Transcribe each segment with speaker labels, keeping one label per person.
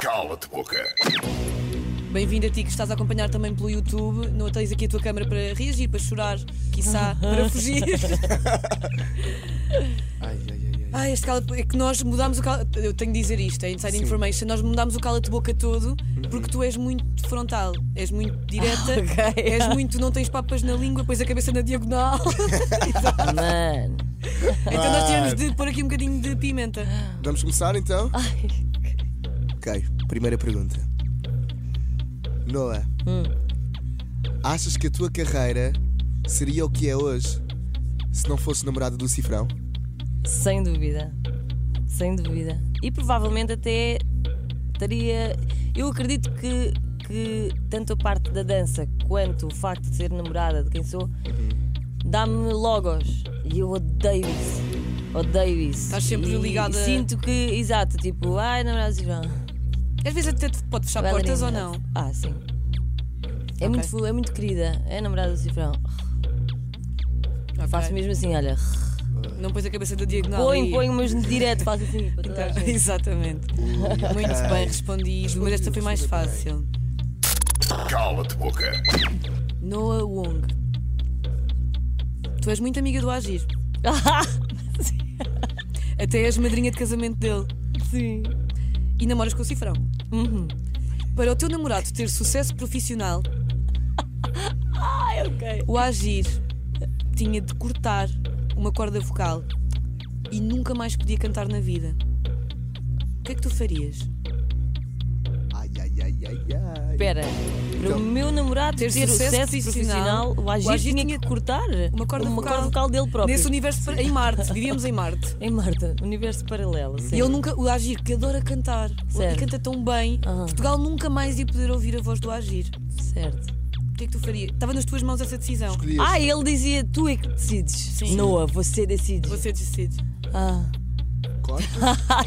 Speaker 1: Cala-te, boca.
Speaker 2: Bem-vindo a ti que estás a acompanhar também pelo YouTube. Não tens aqui a tua câmera para reagir, para chorar, quiçá, para fugir.
Speaker 3: Ai, ai, ai, ai.
Speaker 2: Ah, este cala é que nós mudámos o cala Eu tenho de dizer isto, é inside
Speaker 3: Sim. Uhum.
Speaker 2: information. Nós mudámos o cala-te-boca todo porque tu és muito frontal, és muito direta,
Speaker 4: Ok.
Speaker 2: és muito, não tens papas na língua, pões a cabeça na diagonal.
Speaker 4: Mano.
Speaker 2: então nós tivemos de pôr aqui um bocadinho de pimenta.
Speaker 3: Vamos começar então?
Speaker 4: Ai.
Speaker 3: Ok, primeira pergunta. Noah, achas que a tua carreira seria o que é hoje se não fosse namorada do Cifrão?
Speaker 4: Sem dúvida. Sem dúvida. E provavelmente até estaria. Eu acredito que, que tanto a parte da dança quanto o facto de ser namorada de quem sou dá-me logos. E eu odeio isso. Odeio isso.
Speaker 2: Estás sempre
Speaker 4: E
Speaker 2: ligada-
Speaker 4: Sinto que, exato, tipo, ai, namorada de João.
Speaker 2: Às vezes até te pode fechar
Speaker 4: Vai
Speaker 2: Tá portas ou
Speaker 4: ali,
Speaker 2: não.
Speaker 4: Ah, sim. É,
Speaker 2: Ok.
Speaker 4: muito, fo- é muito querida, é namorada do Cifrão.
Speaker 2: Ok.
Speaker 4: Faço mesmo assim, olha.
Speaker 2: Não pões a cabeça da diagonal.
Speaker 4: Põe,
Speaker 2: ali.
Speaker 4: põe, mas direto, faço assim. para toda a
Speaker 2: Então,
Speaker 4: gente.
Speaker 2: exatamente. Muito bem respondido, mas esta foi mais fácil.
Speaker 1: Cala-te, boca.
Speaker 2: Noah Wong. Tu és muito amiga do Agir. Até és madrinha de casamento dele.
Speaker 4: Sim.
Speaker 2: E namoras com o Cifrão.
Speaker 4: Uhum.
Speaker 2: Para o teu namorado ter sucesso profissional,
Speaker 4: Ok.
Speaker 2: o Agir tinha de cortar uma corda vocal e nunca mais podia cantar na vida. O que é que tu farias?
Speaker 3: Ai, ai, ai, ai, ai.
Speaker 4: Espera. Para
Speaker 3: Então-
Speaker 4: o meu namorado
Speaker 2: Ter
Speaker 4: ter,
Speaker 2: sucesso
Speaker 4: sucesso, profissional, o agir, tinha, que cortar
Speaker 2: uma corda
Speaker 4: uma
Speaker 2: vocal.
Speaker 4: corda vocal dele próprio.
Speaker 2: Nesse universo em Marte, diríamos em Marte.
Speaker 4: Em Marta, universo paralelo. Sim.
Speaker 2: E ele nunca, o Agir, que adora cantar, ele
Speaker 4: Certo.
Speaker 2: canta tão bem,
Speaker 4: Aham.
Speaker 2: Portugal nunca mais ia poder ouvir a voz do Agir.
Speaker 4: Certo.
Speaker 2: O que é que tu farias? Estava nas tuas mãos essa decisão.
Speaker 3: Escolhias.
Speaker 4: Ah, ele dizia: tu é que decides.
Speaker 2: Sim.
Speaker 4: Noah, você decide.
Speaker 2: Você decide.
Speaker 4: Ah.
Speaker 3: Cortas?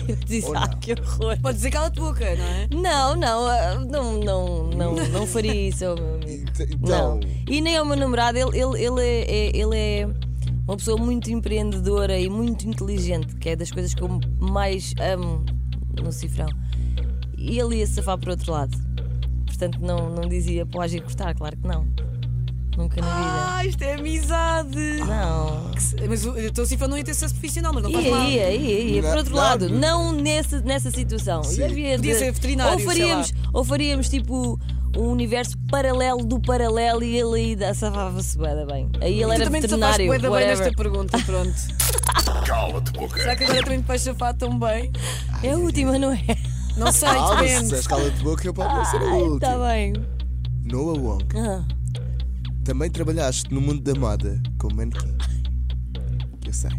Speaker 4: Eu disse:
Speaker 3: Ou
Speaker 4: ah,
Speaker 3: não.
Speaker 4: que horror.
Speaker 2: Pode dizer cala-te boca, não é?
Speaker 4: Não, não, ah, não, não, não, não faria isso ao meu amigo.
Speaker 3: Ent- então-
Speaker 4: Não. E nem ao meu namorado, ele, ele, ele, é, é- ele é uma pessoa muito empreendedora e muito inteligente, que é das coisas que eu mais amo no cifrão. E ele ia safar para o outro lado. Portanto, não, não dizia para o agir cortar, claro que não. Nunca na vida.
Speaker 2: Ah, isto é amizade!
Speaker 3: Ah!
Speaker 4: Não.
Speaker 2: Mas o- então o Cifra não ia ter sucesso profissional, mas não faz
Speaker 4: Ia,
Speaker 2: mal.
Speaker 4: ia, ia, ia.
Speaker 3: Não,
Speaker 4: Por outro
Speaker 3: não.
Speaker 4: lado, não nessa, nessa situação.
Speaker 3: Sim.
Speaker 4: Ia haver
Speaker 2: Podia
Speaker 4: de-
Speaker 2: ser veterinário,
Speaker 4: Ou
Speaker 2: sei
Speaker 4: faríamos, ou faríamos tipo um universo paralelo do paralelo e ele ainda safava-se bué da bem. Aí ele
Speaker 2: Tu
Speaker 4: era
Speaker 2: também te safaste
Speaker 4: veterinário.
Speaker 2: bué da bem
Speaker 4: whatever.
Speaker 2: nesta pergunta, pronto.
Speaker 1: Cala-te,
Speaker 2: Será
Speaker 1: boca.
Speaker 2: que agora também te vais safar tão bem?
Speaker 4: É a última, não é?
Speaker 2: Não sei,
Speaker 3: Calma, se
Speaker 2: depende.
Speaker 3: és cala de boca, pode não ser a
Speaker 2: tá
Speaker 4: Está
Speaker 3: última.
Speaker 4: bem.
Speaker 3: Noah Wong,
Speaker 4: Ah,
Speaker 3: também trabalhaste no mundo da moda como manequim. Eu sei.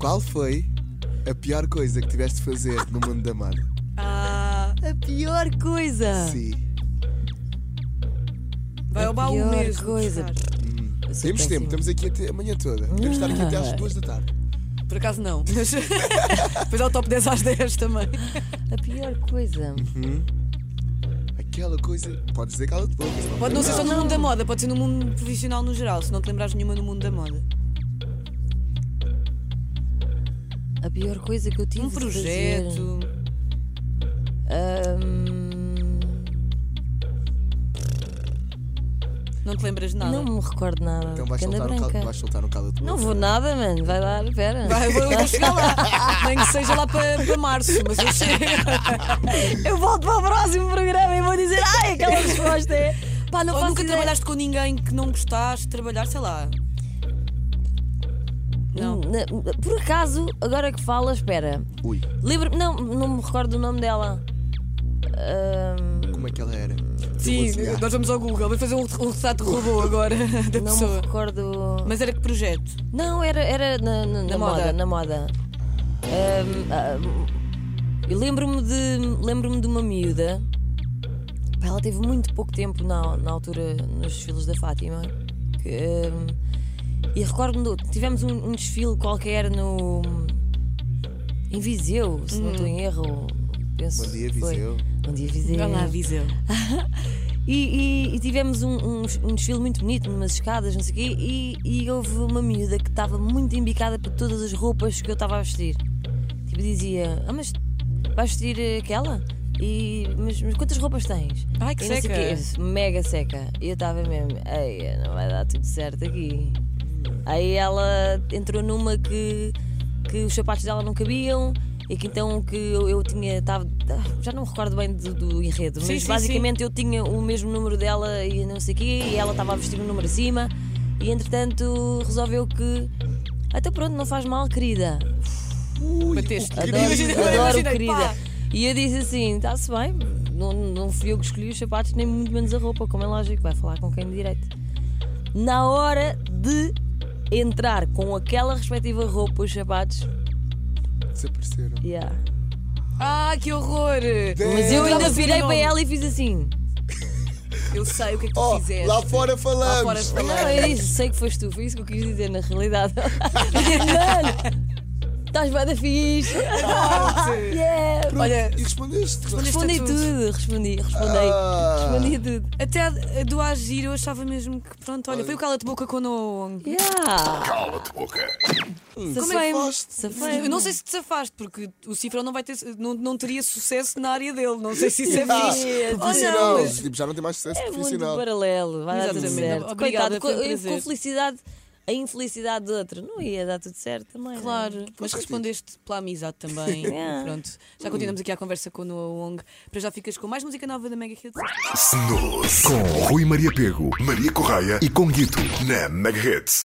Speaker 3: Qual foi a pior coisa que tiveste de fazer no mundo da moda?
Speaker 2: Ah,
Speaker 4: a pior coisa.
Speaker 3: Sim.
Speaker 2: vai
Speaker 4: A
Speaker 2: ao baú
Speaker 4: pior
Speaker 2: mesmo.
Speaker 4: coisa.
Speaker 2: buscar.
Speaker 4: Eu
Speaker 3: Temos
Speaker 4: sou
Speaker 3: tempo,
Speaker 4: péssima.
Speaker 3: estamos aqui até amanhã toda. Podemos estar aqui até às duas da tarde.
Speaker 2: Por acaso não. Mas depois ao top 10 às 10 também.
Speaker 4: A pior coisa.
Speaker 3: Uhum. Aquela coisa. Pode dizer cala de boca. senão
Speaker 2: Pode não ser só
Speaker 3: não.
Speaker 2: no mundo da moda, pode ser no mundo profissional no geral, se não te lembrares nenhuma no mundo da moda.
Speaker 4: A pior coisa que eu tive
Speaker 2: Um
Speaker 4: de fazer.
Speaker 2: projeto.
Speaker 4: Ahm,
Speaker 2: Não te lembras de nada.
Speaker 4: não me recordo nada.
Speaker 3: Então vais
Speaker 4: Canda
Speaker 3: soltar, um
Speaker 4: branca.
Speaker 3: cala, vais soltar um cala de boca.
Speaker 4: Não vou nada, mano. Vai dar, pera.
Speaker 2: Vai, eu vou, eu vou chegar lá. Nem que seja lá para, para março, mas eu chego.
Speaker 4: Eu volto para o próximo programa e vou dizer, ai, aquela resposta é. Pá, não
Speaker 2: Ou
Speaker 4: faço
Speaker 2: nunca
Speaker 4: ideia."
Speaker 2: trabalhaste com ninguém que não gostaste de trabalhar, sei lá. Não.
Speaker 4: Na- na- Por acaso, agora que fala, espera.
Speaker 3: Ui,
Speaker 4: Livre. Não, não me recordo o nome dela. Ahm,
Speaker 3: como é que ela era? Eu
Speaker 2: Sim,
Speaker 3: vou desenhar.
Speaker 2: nós vamos ao Google, vamos fazer um, um retrato de robô agora da
Speaker 4: não me
Speaker 2: pessoa.
Speaker 4: recordo.
Speaker 2: Mas era que projeto?
Speaker 4: Não, era, era na, na- na moda.
Speaker 2: moda.
Speaker 4: na moda. Ahm, ah, eu lembro-me de, lembro de uma miúda. Pá, Ela teve muito pouco tempo na, na altura nos desfiles da Fátima. que, ahm, e recordo-me, do- tivemos um, um desfile qualquer no. Em Viseu, se não estou em erro. Penso
Speaker 3: Bom dia,
Speaker 4: que foi.
Speaker 3: Viseu.
Speaker 4: Bom dia, Viseu.
Speaker 2: Vai lá, Viseu.
Speaker 4: E, e- e tivemos um, um- um desfile muito bonito, umas escadas, não sei o quê, e, e houve uma miúda que estava muito embicada por todas as roupas que eu estava a vestir. Tipo, dizia: Ah, mas vais vestir aquela? E, mas, mas quantas roupas tens?
Speaker 2: Ai, que
Speaker 4: E não sei
Speaker 2: seca.
Speaker 4: quê. Mega seca. E eu estava mesmo, ei, não vai dar tudo certo aqui. Aí ela entrou numa que, que os sapatos dela não cabiam e que então que eu, eu tinha. Tava, ah, já não me recordo bem do, do enredo,
Speaker 2: Sim,
Speaker 4: mas
Speaker 2: sim,
Speaker 4: basicamente eu tinha o mesmo número dela e não sei o quê, e ela estava a vestir um número acima. E entretanto resolveu que. Até pronto, não faz mal, querida.
Speaker 2: Bateste.
Speaker 3: Adoro-
Speaker 4: Adoro,
Speaker 2: Imagina-
Speaker 4: adoro,
Speaker 2: imagina,
Speaker 4: querida.
Speaker 2: pá.
Speaker 4: E eu disse assim: está-se bem, não, não fui eu que escolhi os sapatos, nem muito menos a roupa, como é lógico, vai falar com quem de direito. Na hora de entrar com aquela respectiva roupa, os sapatos,
Speaker 3: Desapareceram.
Speaker 4: yeah.
Speaker 2: Ah, que horror!
Speaker 4: Mas eu
Speaker 2: Estavas
Speaker 4: ainda
Speaker 2: a
Speaker 4: virei
Speaker 2: dizer
Speaker 4: para
Speaker 2: nome.
Speaker 4: ela e fiz assim.
Speaker 2: Eu sei o que é que tu
Speaker 3: Oh,
Speaker 2: fizeste.
Speaker 3: lá fora falamos.
Speaker 2: Lá fora falamos.
Speaker 4: Não, eu disse, sei que foste tu, foi isso que eu quis dizer na realidade. Eu disse, Mano, estás bem da fixe. Yeah.
Speaker 3: Pronto,
Speaker 2: Olha,
Speaker 3: e respondeste.
Speaker 4: Respondi
Speaker 2: a
Speaker 4: tudo.
Speaker 2: tudo.
Speaker 4: respondi, respondei.
Speaker 3: Ah.
Speaker 4: Respondi a tudo.
Speaker 2: Até a, a do agir eu achava mesmo que, pronto, olha, foi o cala-te boca com o Noong.
Speaker 4: Yeah.
Speaker 1: Cala-te boca.
Speaker 4: Safei-me.
Speaker 3: foste.
Speaker 4: Safei-me.
Speaker 2: é Eu não sei se te safaste, porque o Cifrão não, vai ter, não, não teria sucesso na área dele. Não sei se isso é
Speaker 3: Ah,
Speaker 2: fixe. Oh,
Speaker 3: profissional.
Speaker 2: mas-
Speaker 3: Tipo, já não tem mais sucesso
Speaker 4: É muito
Speaker 3: profissional.
Speaker 4: paralelo, vai dar tudo
Speaker 2: Exatamente.
Speaker 4: certo.
Speaker 2: Obrigada,
Speaker 4: Coitado,
Speaker 2: foi um
Speaker 4: co-
Speaker 2: prazer.
Speaker 4: com felicidade, a infelicidade do outro não ia dar tudo certo também. não é?
Speaker 2: Claro, mas
Speaker 3: sentido.
Speaker 2: respondeste pela amizade também.
Speaker 4: Yeah.
Speaker 2: Pronto, já continuamos aqui a conversa com o Noah Wong. Para já ficas com mais música nova da Mega Hits.
Speaker 1: Snooze. Com Rui Maria Pego, Maria Correia e Conguito. Na Mega Hits.